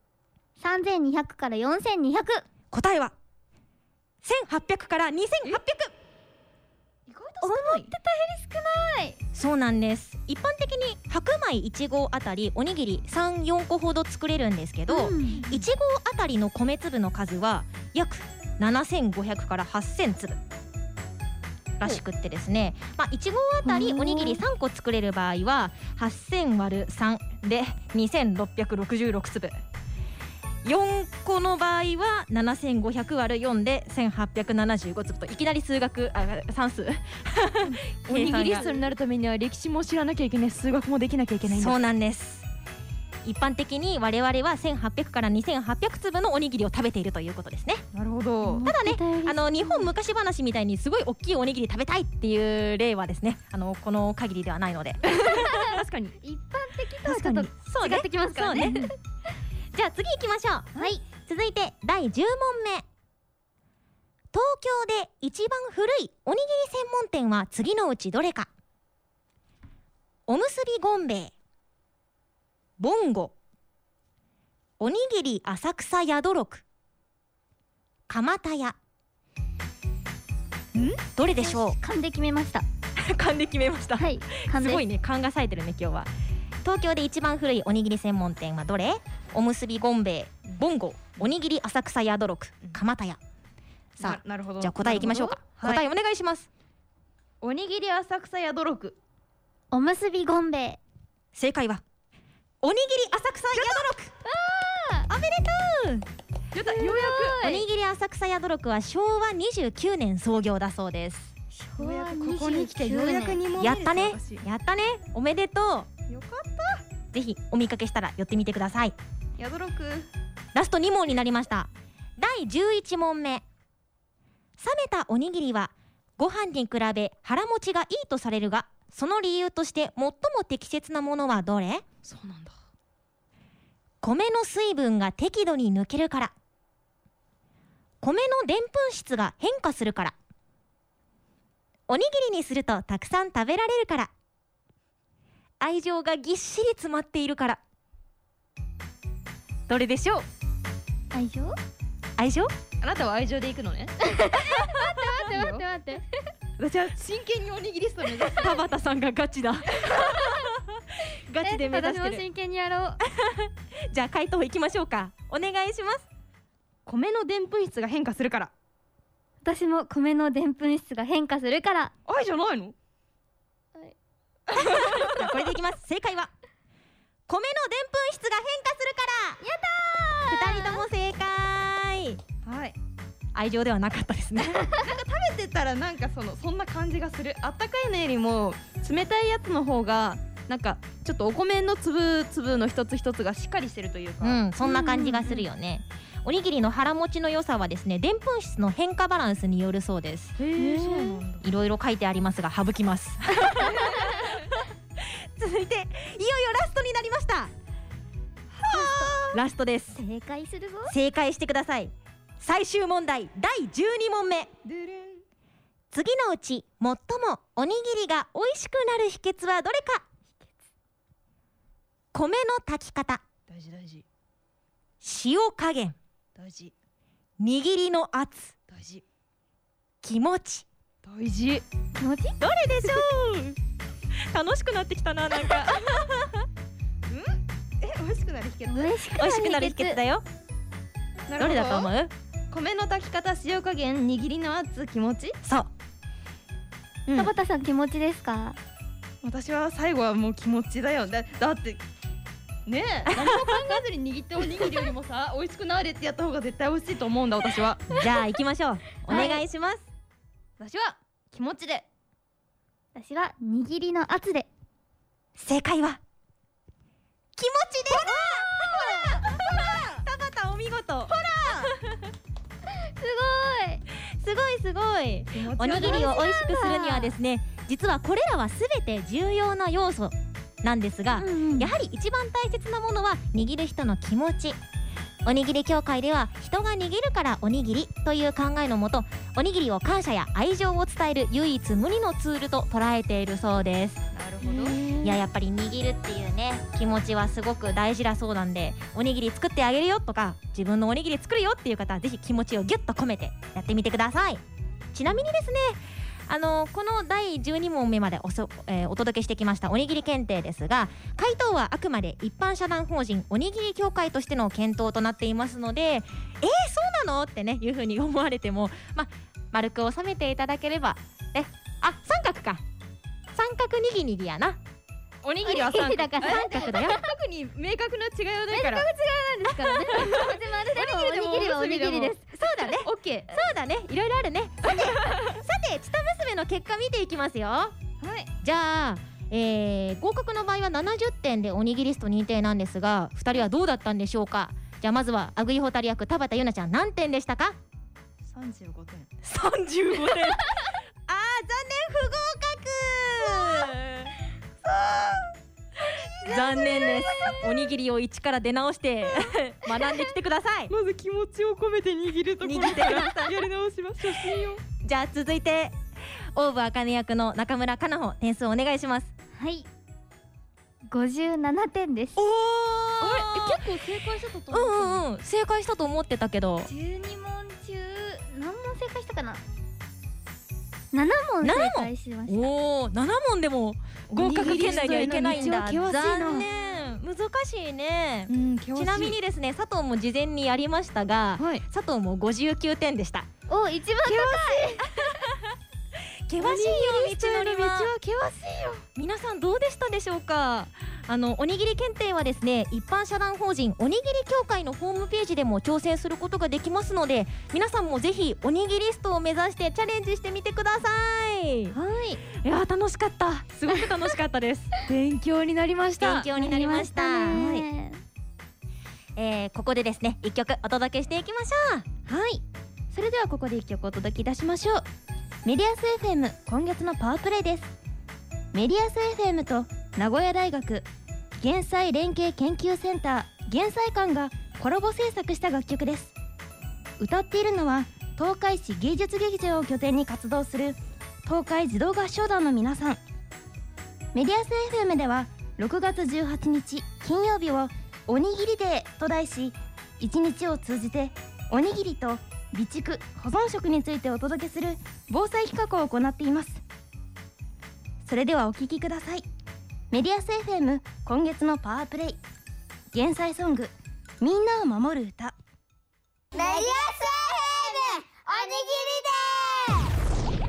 Speaker 1: 3200から4200
Speaker 2: 答えは千八百から二千八百。
Speaker 3: 意外と少ない
Speaker 2: そうなんです一般的に白米1合あたりおにぎり34個ほど作れるんですけど、
Speaker 1: うん
Speaker 2: 1合あたりの米粒の数は約7500から8000粒らしくってですね、まあ、1合あたりおにぎり3個作れる場合は8000割る3で2666粒4個の場合は7500割る4で1875粒といきなり数学あ算数
Speaker 3: おにぎ
Speaker 2: 計
Speaker 3: り
Speaker 2: 算
Speaker 3: ス
Speaker 2: が
Speaker 3: トになるためには歴史も知らなきゃいけない数学もできなきゃいけないんだ
Speaker 2: そうなんです一般的に我々は1800から2800粒のおにぎりを食べているということですね
Speaker 3: なるほど
Speaker 2: ただねあの日本昔話みたいにすごい大きいおにぎり食べたいっていう例はですねあのこの限りではないので
Speaker 3: 確かに
Speaker 1: 一般的とは
Speaker 3: 確
Speaker 1: ち
Speaker 3: か
Speaker 1: ょっ
Speaker 3: に
Speaker 1: と
Speaker 2: そう
Speaker 1: 違ってきますからね
Speaker 2: そうじゃあ次行きましょうはい続いて第10問目東京で一番古いおにぎり専門店は次のうちどれかおむすびゴンベイボンゴおにぎり浅草宿六蒲田屋どれでしょう
Speaker 1: 勘で決めました
Speaker 2: 勘で決めました
Speaker 1: はい勘
Speaker 2: す
Speaker 1: で
Speaker 2: ごいね勘が冴えてるね今日は東京で一番古いおにぎり専門店はどれおむすびゴンベイボンゴおにぎり浅草宿六蒲田屋さ
Speaker 3: ななるほ
Speaker 2: あ
Speaker 3: ど
Speaker 2: じゃあ答えいきましょうか
Speaker 3: なるほど
Speaker 2: 答えお願いします
Speaker 3: おにぎり浅草やどろく
Speaker 1: おむすびゴンベ
Speaker 2: 正解はおにぎり浅草宿六おめでと
Speaker 3: やったようや
Speaker 2: うおにぎり浅草宿六は昭和29年創業だそうです
Speaker 3: く
Speaker 1: 昭
Speaker 3: よう
Speaker 1: 和
Speaker 3: やくここに来て
Speaker 1: 29
Speaker 3: ようやく2問目です
Speaker 2: やったね
Speaker 3: 私よ
Speaker 2: やったねおめでとう
Speaker 3: か
Speaker 2: ぜひお見かけしたら寄ってみてください
Speaker 3: ったやどろく
Speaker 2: ラスト2問になりました第11問目冷めたおにぎりはご飯に比べ腹持ちがいいとされるがその理由として最も適切なものはどれ
Speaker 3: そうなんだ
Speaker 2: 米の水分が適度に抜けるから米のでんぷん質が変化するからおにぎりにするとたくさん食べられるから愛情がぎっしり詰まっているからどれでしょう
Speaker 1: 愛情
Speaker 2: 愛情
Speaker 3: あなたは愛情で行く のね待って待って待って待って私は真剣におにぎりスト目指す
Speaker 2: 田畑さんがガチだ
Speaker 6: ガチで目指してる
Speaker 8: 真剣にやろう
Speaker 2: じゃあ回答いきましょうかお願い します
Speaker 3: 米の澱粉質が変化するから
Speaker 8: 私も米の澱粉質が変化するから
Speaker 3: 愛じゃないの
Speaker 2: じゃあこれでいきます正解は米の澱粉質が変化するからやったー二人とも正解
Speaker 3: はい
Speaker 2: 愛情ではなかったですね
Speaker 3: 食べてたらなんかそのそんな感じがするあったかいのよりも冷たいやつの方がなんかちょっとお米の粒粒の一つ一つがしっかりしてるというか、
Speaker 2: うんそんな感じがするよね、おにぎりの腹持ちの良さはですね澱粉質の変化バランスによるそうです
Speaker 3: へえそうなんだ
Speaker 2: いろいろ書いてありますが省き ます続いていよいよラストになりましたラストです
Speaker 1: 正解するぞ
Speaker 2: 正解してください最終問題第12問目次のうち最もおにぎりが美味しくなる秘訣はどれか米の炊き方
Speaker 3: 大事大事
Speaker 2: 塩加減
Speaker 3: 大事
Speaker 2: 握りの圧
Speaker 3: 大事
Speaker 2: 気持ち
Speaker 3: 大事
Speaker 2: どれでしょう楽しくなってきたななんか
Speaker 3: え美味しくなる秘訣
Speaker 1: 美味しく
Speaker 2: 美味しくなる秘訣だよ
Speaker 3: なる
Speaker 2: ど
Speaker 3: ほ
Speaker 2: れだと思う
Speaker 3: 米の炊き方塩加減握りの圧気持ち
Speaker 2: そう
Speaker 1: 田畑さん気持ちですか
Speaker 3: 私は最後はもう気持ちだよだだってねえ何も考えずに握っておにぎりよりもさ美味しくなれってやった方が絶対美味しいと思うんだ私は
Speaker 2: じゃあ行きましょうお
Speaker 3: はい
Speaker 2: 願いします、
Speaker 3: 私は気持ちで
Speaker 1: 私は握りの圧で
Speaker 2: 正解は気持ちです
Speaker 3: たお見事ほら
Speaker 2: すごいすごいおにぎりを美味しくするにはですね実はこれらは全て重要な要素なんですが、やはり一番大切なものは握る人の気持ちおにぎり協会では人が握るからおにぎりという考えのもとおにぎりを感謝や愛情を伝える唯一無二のツールと捉えているそうです
Speaker 3: なるほど
Speaker 2: いややっぱり握るっていうね気持ちはすごく大事だそうなんでおにぎり作ってあげるよとか自分のおにぎり作るよっていう方はぜひ気持ちをギュッと込めてやってみてくださいちなみにですねあのこの第12問目までおそ、えーお届けしてきましたおにぎり検定ですが回答はあくまで一般社団法人おにぎり協会としての検討となっていますのでえー、そうなのってねいうふうに思われてもまあ丸く収めていただければえあ三角か三角にぎにぎやな
Speaker 3: おにぎりは三
Speaker 2: だから三角だ よ
Speaker 3: 特に明確な違いはないから
Speaker 1: おにぎりはおにぎりです
Speaker 2: そうだね。オッケー。そうだね。いろいろあるね。さて、さて、ちた娘の結果見ていきますよ。はい。じゃあ、えー合格の場合は70点でおにぎりスト認定なんですが、二人はどうだったんでしょうか。じゃあまずはアグイホタル役田畑優奈ちゃん何点でしたか？
Speaker 3: 三十五点
Speaker 6: 三十五点
Speaker 2: ああ、残念不合格。残念です。おにぎりを一から出直して 学んできてください。
Speaker 6: まず気持ちを込めて握るところからやり直します初心を
Speaker 2: じゃあ続いてオーブ茜役の中村かなほ点数をお願いします
Speaker 1: はい57点です
Speaker 2: おお
Speaker 8: 結構正解してたと
Speaker 2: う
Speaker 8: 思うん
Speaker 2: うんうん正解したと思ってたけど
Speaker 1: 12問中何問正解したかな7問正解しました
Speaker 2: おお7問でも合格圏内にはいけないんだ
Speaker 3: おにぎりストへの道は険しいな
Speaker 2: 残念難しいね
Speaker 3: うんち
Speaker 2: ちなみにですね佐藤も事前にやりましたが
Speaker 3: はい
Speaker 2: 佐藤も59点でした
Speaker 1: お一番
Speaker 2: 険しいよ道のりは
Speaker 3: 険し
Speaker 2: 皆さんどうでしたでしょうかあのおにぎり検定はですね一般社団法人おにぎり協会のホームページでも挑戦することができますので皆さんもぜひおにぎりストを目指してチャレンジしてみてください
Speaker 3: はい
Speaker 2: いやー楽しかったすごく楽しかったです
Speaker 3: 勉強になりまし
Speaker 2: 勉
Speaker 3: た
Speaker 2: 強になりましたはい
Speaker 1: ね
Speaker 2: えーここでですね一曲お届けしていきましょう
Speaker 8: はいそれではここで一曲お届けいたしましょうメディアス FM 今月のパワープレイですメディアス FM と名古屋大学減災連携研究センター減災館がコラボ制作した楽曲です歌っているのは東海市芸術劇場を拠点に活動する東海児童合唱団の皆さんメディアス FM では6月18日金曜日をおにぎりデーと題し一日を通じておにぎりと備蓄保存食についてお届けする防災企画を行っていますそれではお聞きくださいメディアス FM 今月のパワープレイ減災ソング「みんなを守る歌
Speaker 4: メディアス FM おにぎり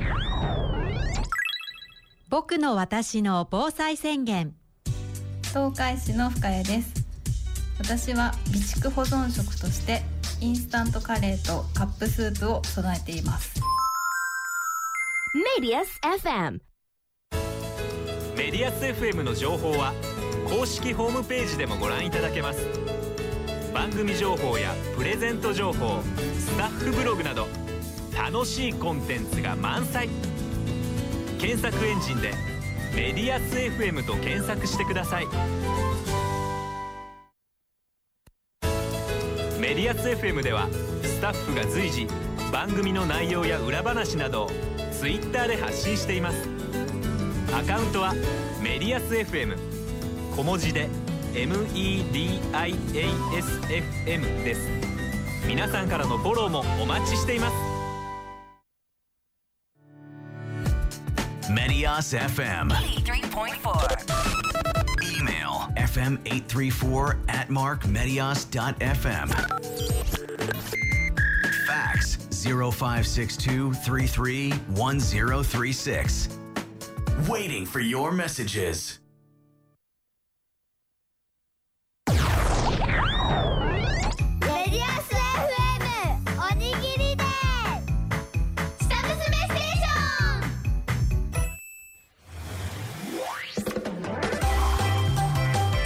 Speaker 4: で
Speaker 9: 僕の私の防災宣言
Speaker 10: 東海市の深谷です私は備蓄保存食としてインスタントカレーとカップスープを備えています
Speaker 7: メディアス FM の情報は公式ホームページでもご覧いただけます番組情報やプレゼント情報スタッフブログなど楽しいコンテンツが満載検索エンジンで「メディアス FM」と検索してくださいメディアス FM ではスタッフが随時番組の内容や裏話などを Twitter で発信していますアカウントはメディアス FM 小文字で MEDIASFM です皆さんからのフォローもお待ちしています
Speaker 11: メディアス FM 83.4 Email fm834 at markmedias.fm Fax 0562-331036 Waiting for your messages
Speaker 4: メディアス FM おにぎりで下娘ステーション」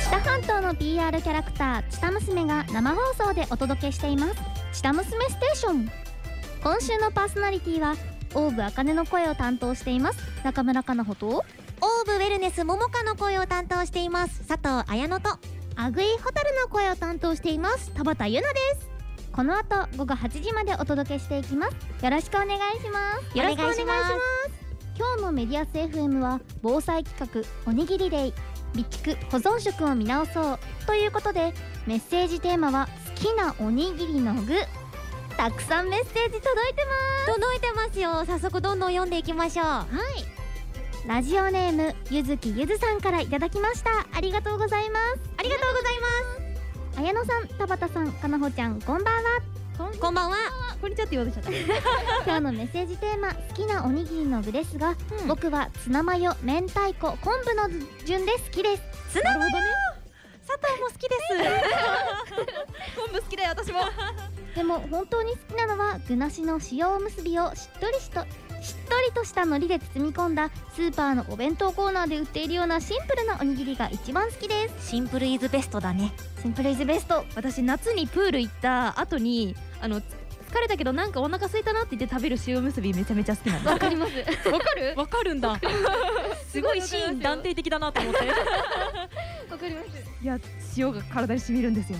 Speaker 1: 知多半島の PR キャラクター知多娘が生放送でお届けしています知多娘ステーション今週のパーソナリティはオーブ茜の声を担当しています中村かなほと
Speaker 2: オーブウェルネス桃香の声を担当しています佐藤綾乃と
Speaker 8: アグイホタルの声を担当しています田畑優奈です
Speaker 1: この後午後8時までお届けしていきますよろしくお願いします
Speaker 2: よろしくお願いします
Speaker 1: 今日のメディアス FM は防災企画おにぎりデイ備蓄保存食を見直そうということでメッセージテーマは好きなおにぎりの具たくさんメッセージ届いて
Speaker 2: 届いてますよ早速どんどん読んでいきましょう
Speaker 1: ますラジオネームゆずきゆずさんからいただきましたありがとうございます
Speaker 2: ありがとうございま
Speaker 1: 綾乃さん田畑さんかなほちゃんこんばんは
Speaker 2: すこんばんは
Speaker 3: こんにちはって言おうとしちゃった
Speaker 1: 今日のメッセージテーマ好きなおにぎりの具ですが、僕はツナマヨ明太子昆布の順で好きです
Speaker 2: ツナマヨ佐藤も好きです
Speaker 3: 昆布好きだよ私も
Speaker 1: でも本当に好きなのは具なしの塩おむすびをしっとりしとしっとりとした海苔で包み込んだスーパーのお弁当コーナーで売っているようなシンプルなおにぎりが一番好きです
Speaker 2: シンプルイズベストだね
Speaker 1: シンプルイズベスト
Speaker 3: 私夏にプール行った後にあの疲れたけどなんかお腹空いたなって言って食べる塩むすびめちゃめちゃ好きなんですわかります わかる
Speaker 6: わかるんだすごいシーン断定的だなと思って
Speaker 3: わかりますいや塩が体に染みるんですよ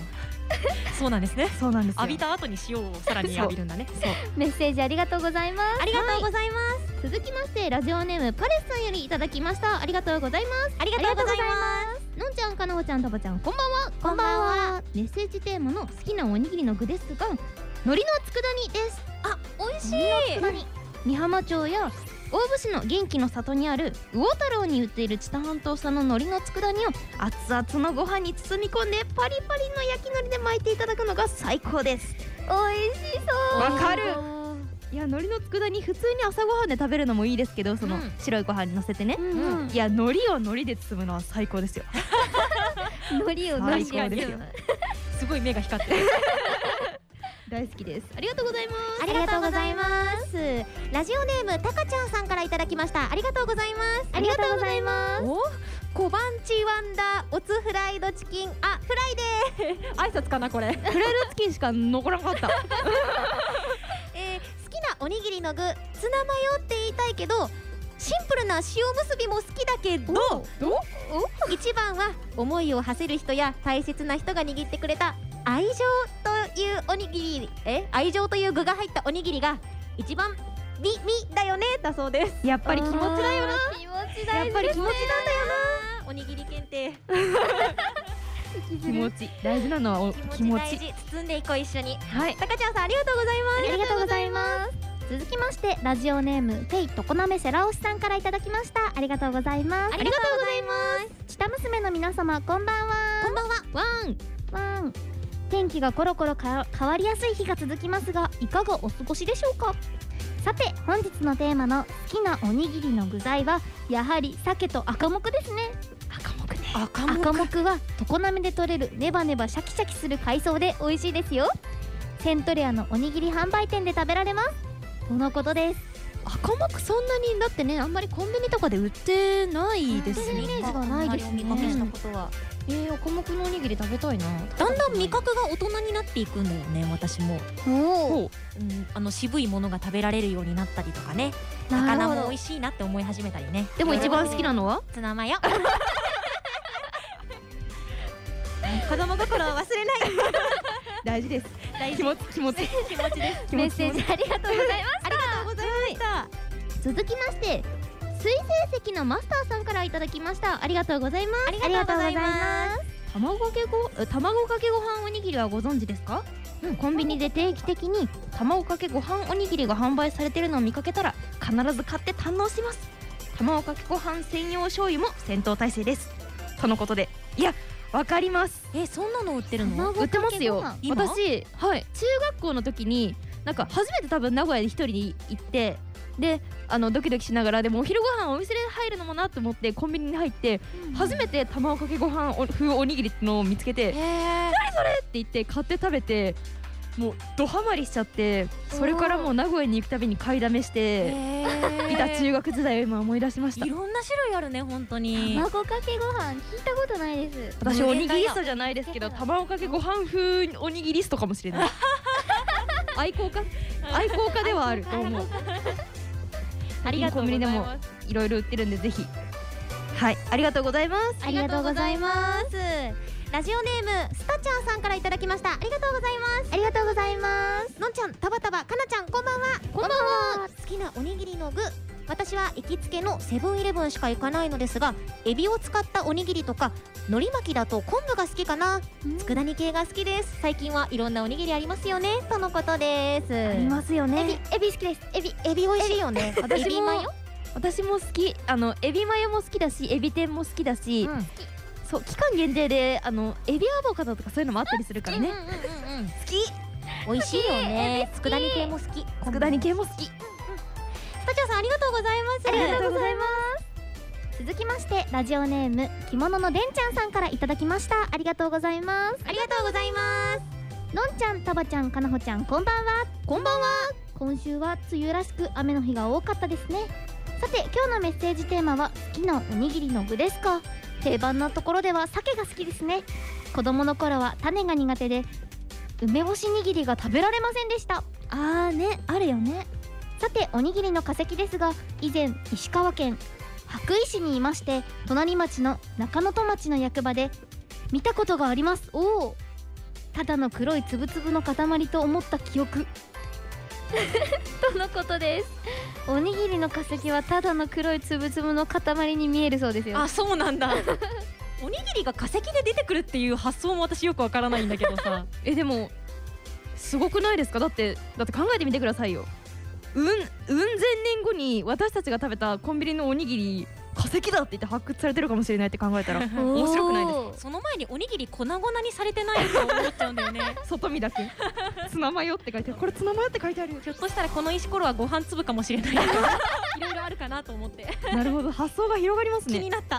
Speaker 6: そうなんですね
Speaker 3: そうなんです よ
Speaker 6: 浴びた後に塩をさらに浴びるんだね
Speaker 1: メッセージありがとうございます
Speaker 2: ありがとうございま
Speaker 8: 続きましてラジオネームパレスさんよりいただきましたありがとうございますありが
Speaker 2: とうござい
Speaker 8: ますのんちゃんかなほちゃんたばちゃんこんばんは
Speaker 2: こんばんは
Speaker 8: メッセージテーマの好きなおにぎりの具ですが海苔の佃煮ですあ美味しい美浜町や大府市の元気の里にある魚太郎に売っている知多半島産の海苔の佃煮を熱々のご飯に包み込んでパリパリの焼き海苔で巻いていただくのが最高です美味しそう
Speaker 3: わかるいや海苔の佃煮普通に朝ごはんで食べるのもいいですけどその
Speaker 2: うん
Speaker 3: 白いご飯にのせてね、
Speaker 1: うんうん
Speaker 3: いや海苔を海苔で包むのは最高ですよ
Speaker 8: 海苔を
Speaker 3: 最高ですよ
Speaker 6: すごい目が光 ってる
Speaker 3: 大好きですありがとうございます
Speaker 2: ありがとうございますラジオネームたかちゃんさんからいただきましたありがとうございます
Speaker 1: ありがとうございます
Speaker 2: お小判チワンダーおつフライドチキンあフライデ
Speaker 6: 挨拶かなこれ
Speaker 3: フライドチキンしか残らなかった
Speaker 2: ー、えー、好きなおにぎりの具ツナマヨって言いたいけどシンプルな塩結びも好きだけどお一番は思いを馳せる人や大切な人が握ってくれた愛情というおにぎりえ愛情という具が入ったおにぎりが一番美味だよねだそうです
Speaker 3: やっぱり気持ちだよな
Speaker 8: 気持ち
Speaker 3: やっぱり気持ちなんだよ
Speaker 2: おにぎり検 定
Speaker 3: な気持ち大事なのはお気
Speaker 2: 気持
Speaker 3: 持
Speaker 2: ち大
Speaker 3: ち
Speaker 2: 事包んでいこう一緒に
Speaker 3: はい
Speaker 2: たかちゃんさんありがとうございます
Speaker 1: ありがとうございます続きましてラジオネームペイとこなめセラオシさんからいただきましたありがとうございます
Speaker 8: ありがとうござい
Speaker 1: ます下娘の皆様こんばんは
Speaker 2: こんばんは
Speaker 8: ワン
Speaker 1: ワン天気がコロコロか変わりやすい日が続きますがいかがお過ごしでしょうかさて本日のテーマの好きなおにぎりの具材はやはり鮭と赤目ですね
Speaker 2: 赤
Speaker 1: 目赤目は常滑で採れるネバネバシャキシャキする海藻で美味しいですよセントレアのおにぎり販売店で食べられますとのことです
Speaker 8: 赤目そんなにだってねあんまりコンビニとかで売ってないですよね
Speaker 2: イメージがないですね
Speaker 8: あんまりお見かけした
Speaker 2: ことは
Speaker 8: えー、赤目のおにぎり食べたいな
Speaker 2: だんだん味覚が大人になっていくんだよね私も
Speaker 1: お
Speaker 2: お、うん、あの渋いものが食べられるようになったりとかね
Speaker 8: なるほど
Speaker 2: 魚も美味しいなって思い始めたりね
Speaker 8: でも一番好きなのは
Speaker 2: ツナマヨ
Speaker 9: 子供心を忘れない
Speaker 3: 大事です
Speaker 2: 大
Speaker 3: 気持ち気持ち
Speaker 2: 気持ちです
Speaker 8: メッセージありがとうございました
Speaker 9: ありがとうございました、
Speaker 8: 続きまして水星石のマスターさんからいただきましたありがとうございます
Speaker 2: ありがとうございます
Speaker 8: 卵かけごえ卵かけご飯おにぎりはご存知ですか、うん、コンビニで定期的に卵かけご飯おにぎりが販売されてるのを見かけたら必ず買って堪能します卵かけご飯専用醤油も戦闘態勢ですとのことでいやわかります
Speaker 2: えそんなの売ってるの
Speaker 8: 売ってますよ
Speaker 2: 今
Speaker 8: 私はい中学校の時になんか初めて多分名古屋で一人に行ってであのドキドキしながらでもお昼ご飯お店で入るのもなと思ってコンビニに入って、初めて卵かけご飯お風おにぎりってのを見つけて「何それ!」って言って買って食べてもうドハマりしちゃってそれからもう名古屋に行くたびに買いだめしていた中学時代を今思い出しました
Speaker 2: いろんな種類あるね本当に
Speaker 1: 卵かけご飯聞いたことないです
Speaker 8: 私おにぎりストじゃないですけど卵かけご飯風おにぎりストかもしれ ない愛好家愛好家ではあると思う
Speaker 2: ありがとうござ
Speaker 8: コンビニ
Speaker 2: います
Speaker 8: でもいろいろ売ってるんでぜひはいありがとうございます
Speaker 1: ありがとうございます
Speaker 2: ラジオネームスタちゃんさんからいただきましたありがとうございます
Speaker 1: ありがとうございます
Speaker 2: のんちゃんたばたばかなちゃんこんばんは
Speaker 1: こんばんは
Speaker 2: 好きなおにぎりの具私は行きつけのセブンイレブンしか行かないのですがエビを使ったおにぎりとか海苔巻きだと昆布が好きかな佃煮系が好きです最近はいろんなおにぎりありますよねとのことです
Speaker 1: ありますよ
Speaker 2: エビ
Speaker 1: ね
Speaker 2: エビ好きですエビエビ美味しいよねエビマヨ
Speaker 8: 私も好きあのエビマヨも好きだしエビ天も好きだし、
Speaker 2: うん
Speaker 8: そう期間限定であのエビアボカドとかそういうのもあったりするからね、
Speaker 2: 好き美味しいよね佃煮系も好き
Speaker 8: 佃煮系も好き
Speaker 2: スタチャさんありがとうございます
Speaker 1: ありがとうございます続きましてラジオネーム着物のでんちゃんさんからいただきましたありがとうございます
Speaker 2: ありがとうございます
Speaker 1: のんちゃん、たばちゃん、かなほちゃん、こんばんは。こんばんは。今週は梅雨らしく雨の日が多かったですね。さて、今日のメッセージテーマは好きなおにぎりの具ですか。定番なところでは鮭が好きですね。子供の頃は種が苦手で梅干し握りが食べられませんでした。あーね、あるよね。さて、おにぎりの化石ですが、以前石川県白井市にいまして、隣町の中野戸町の役場で見たことがあります。おお。ただの黒いつぶつぶの塊と思った記 憶
Speaker 8: とのことです
Speaker 1: おにぎりの化石はただの黒いつぶつぶの塊に見えるそうですよ
Speaker 6: あそうなんだ おにぎりが化石で出てくるっていう発想も私よくわからないんだけど さ
Speaker 8: えでもすごくないですかだってだって考えてみてくださいようんうん千年後に私たちが食べたコンビニのおにぎり化石だって言って発掘されてるかもしれないって考え たら面白くないです
Speaker 1: す
Speaker 2: その前におにぎり粉々にされてないと思っちゃうんだ よね
Speaker 8: 外見だ けツナマヨって書いてあるこれツナマヨって書いてあるよ
Speaker 6: ひょっとしたらこの石ころはご飯粒かもしれないい ろいろあるかなと思って
Speaker 8: なるほど発想が広がります
Speaker 2: 気
Speaker 8: ね
Speaker 2: になった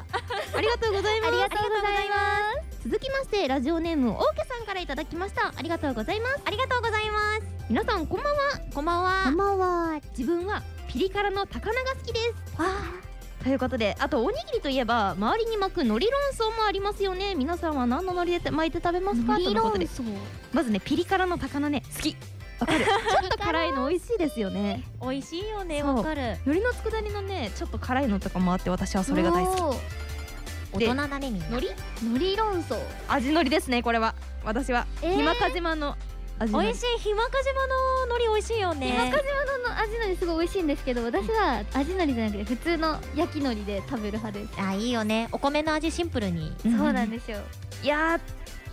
Speaker 8: ありがとうございま
Speaker 1: あ
Speaker 8: す
Speaker 1: りがとうございます続きましてラジオネームオーケさんからいただきましたありがとうございます
Speaker 2: ありがとうございます
Speaker 8: 皆さんこんばんは
Speaker 2: こんばんは
Speaker 1: まは
Speaker 8: 自分はピリ辛の高菜が好きです
Speaker 1: あ
Speaker 8: ということであとおにぎりといえば周りに巻く海苔論争もありますよね皆さんは何の海苔で巻いて食べますかということでまずねピリ辛の高菜ね好きわ かるちょっと辛いの美味しいですよね
Speaker 2: 美味しいよね
Speaker 8: そう
Speaker 2: わかる
Speaker 8: 海苔の佃煮のねちょっと辛いのとかもあって私はそれが大好き
Speaker 1: 好き
Speaker 2: 大
Speaker 8: で
Speaker 2: 人だねみんな
Speaker 8: 海苔
Speaker 1: のり論争
Speaker 8: 味海苔ですねこれは私は、
Speaker 1: えー
Speaker 8: ひまかじまの味海苔
Speaker 2: 美味しいひまかじまの海苔美味しいよね
Speaker 1: 中島の味のりすごい美味しいんですけど私は味のりじゃなくて普通の焼きのりで食べる派です、
Speaker 2: あいいよねお米の味シンプルに
Speaker 1: そうなんですよ
Speaker 8: いや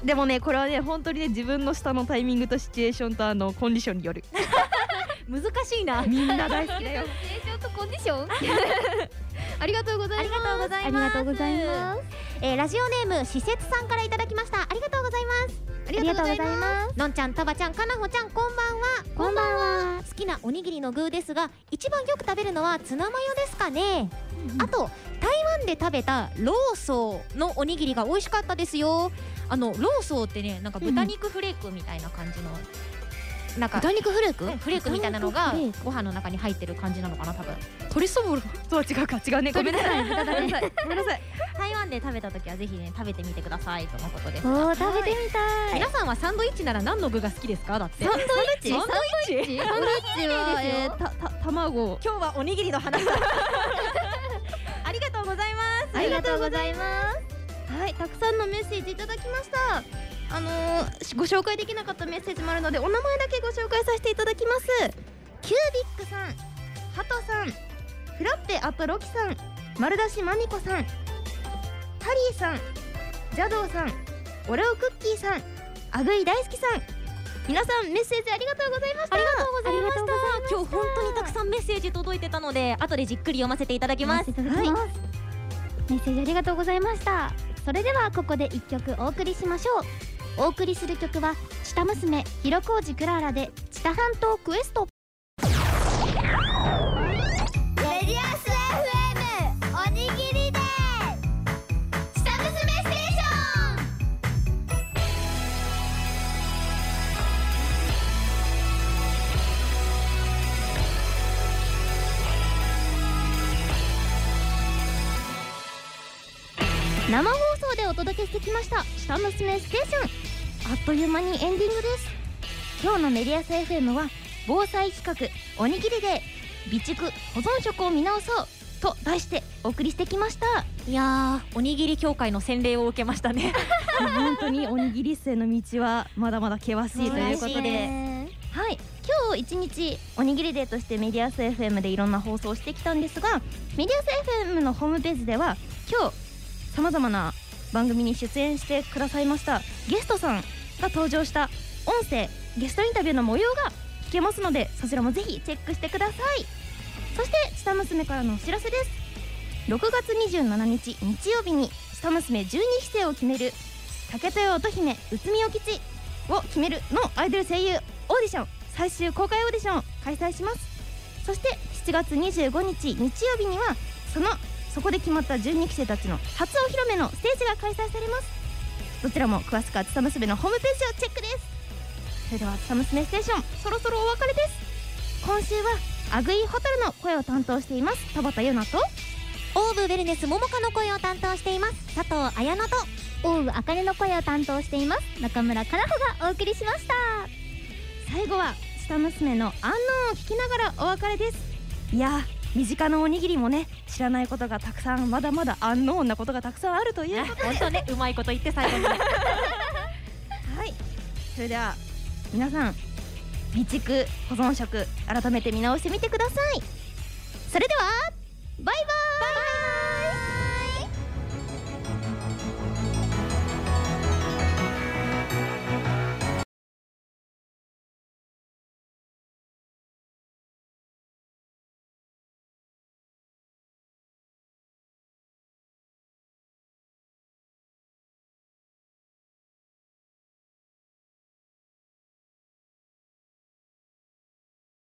Speaker 8: ーでもねこれはね本当にね自分の下のタイミングとシチュエーションとあのコンディションによる
Speaker 3: 難しいな
Speaker 8: みんな大好きだよ
Speaker 1: 成長とコンディシ ョンありがとうございます
Speaker 2: ありがとうございますえーラジオネーム施設さんからいただきましたありがとうございます
Speaker 1: ありがとうございます
Speaker 2: のんちゃんたばちゃんかなほちゃんこんば
Speaker 12: こ
Speaker 2: んは
Speaker 12: んばんは
Speaker 2: 好きなおにぎりの具ですが一番よく食べるのはツナマヨですかね、あと台湾で食べたローソーのおにぎりが美味しかったですよあのローソーってねなんか豚肉フレークみたいな感じの、なんか
Speaker 1: 豚肉フレーク
Speaker 2: うんフレークみたいなのが
Speaker 1: 豚肉
Speaker 2: ご飯の中に入ってる感じなのかな多分
Speaker 8: 鳥そぼろとは違うか違うねごめんなさい
Speaker 2: 豚だね
Speaker 8: ごめんなさい
Speaker 2: 台湾で食べた時はぜひね食べてみてくださいとのことです
Speaker 12: おー食べてみたい
Speaker 3: 皆さんはサンドイッチなら何の具が好きですかだって
Speaker 2: サンドイ
Speaker 3: ッチサンドイッチ
Speaker 8: サンドイッチは、えー、たた卵
Speaker 3: 今日はおにぎりの話だありがとうございます
Speaker 1: ありがとうございます。はい、たくさんのメッセージいただきました。あのーしご紹介できなかったメッセージもあるので、お名前だけご紹介させていただきます。キュービックさん、ハトさん、フラッペアットロキさん、丸出しまみこさん、ハリーさん、ジャドーさん、オレオクッキーさん、アグイ大好きさん。皆さんメッセージありがとうございました。ありがとう
Speaker 2: ありがとうございました今日本当にたくさんメッセージ届いてたので後でじっくり読ませていただきます
Speaker 12: いただきます、メッセージありがとうございましたそれではここで一曲お送りしましょうお送りする曲は「チタ娘ひろこうじクララ」で「チタ半島クエスト」
Speaker 13: レディアス FM おにぎりで下娘ステーション
Speaker 1: 生放送でお届けしてきました「下娘ステーション」あっという間にエンディングです今日のメディアス FM は防災企画おにぎりで備蓄保存食を見直そうと題してお送りしてきました
Speaker 2: いやーおにぎり協会の洗礼を受けましたね
Speaker 8: 本当におにぎり生の道はまだまだ険しいということで、
Speaker 1: はい今日一日おにぎりデーとしてメディアス FM でいろんな放送をしてきたんですがメディアス FM のホームページでは今日さまざまな番組に出演してくださいましたゲストさんが登場した音声ゲストインタビューの模様が聞けますのでそちらもぜひチェックしてくださいそして「下娘」からのお知らせです6月27日日曜日に下娘12期生を決める竹豊乙姫宇都宮吉を決めるのアイドル声優オーディション最終公開オーディションを開催しますそして7月25日日曜日にはそのそこで決まった12期生たちの初お披露目のステージが開催されますどちらも詳しくは「つたむすべ」のホームページをチェックですそれでは「つたむすべステーション」そろそろお別れです今週はアグイホタルの声を担当しています田畑優奈と
Speaker 2: オーブウェルネスももかの声を担当しています佐藤彩乃と
Speaker 12: オウブあかねの声を担当しています中村かなほがお送りしました
Speaker 1: 最後は下娘の「アンノン」を聞きながらお別れです
Speaker 8: いやー身近なおにぎりもね知らないことがたくさんまだまだアンノーンなことがたくさんあるということ
Speaker 2: 本当ねうまいこと言って最後に
Speaker 8: はいそれでは皆さん備蓄保存食改めて見直してみてくださいそれではバイバイ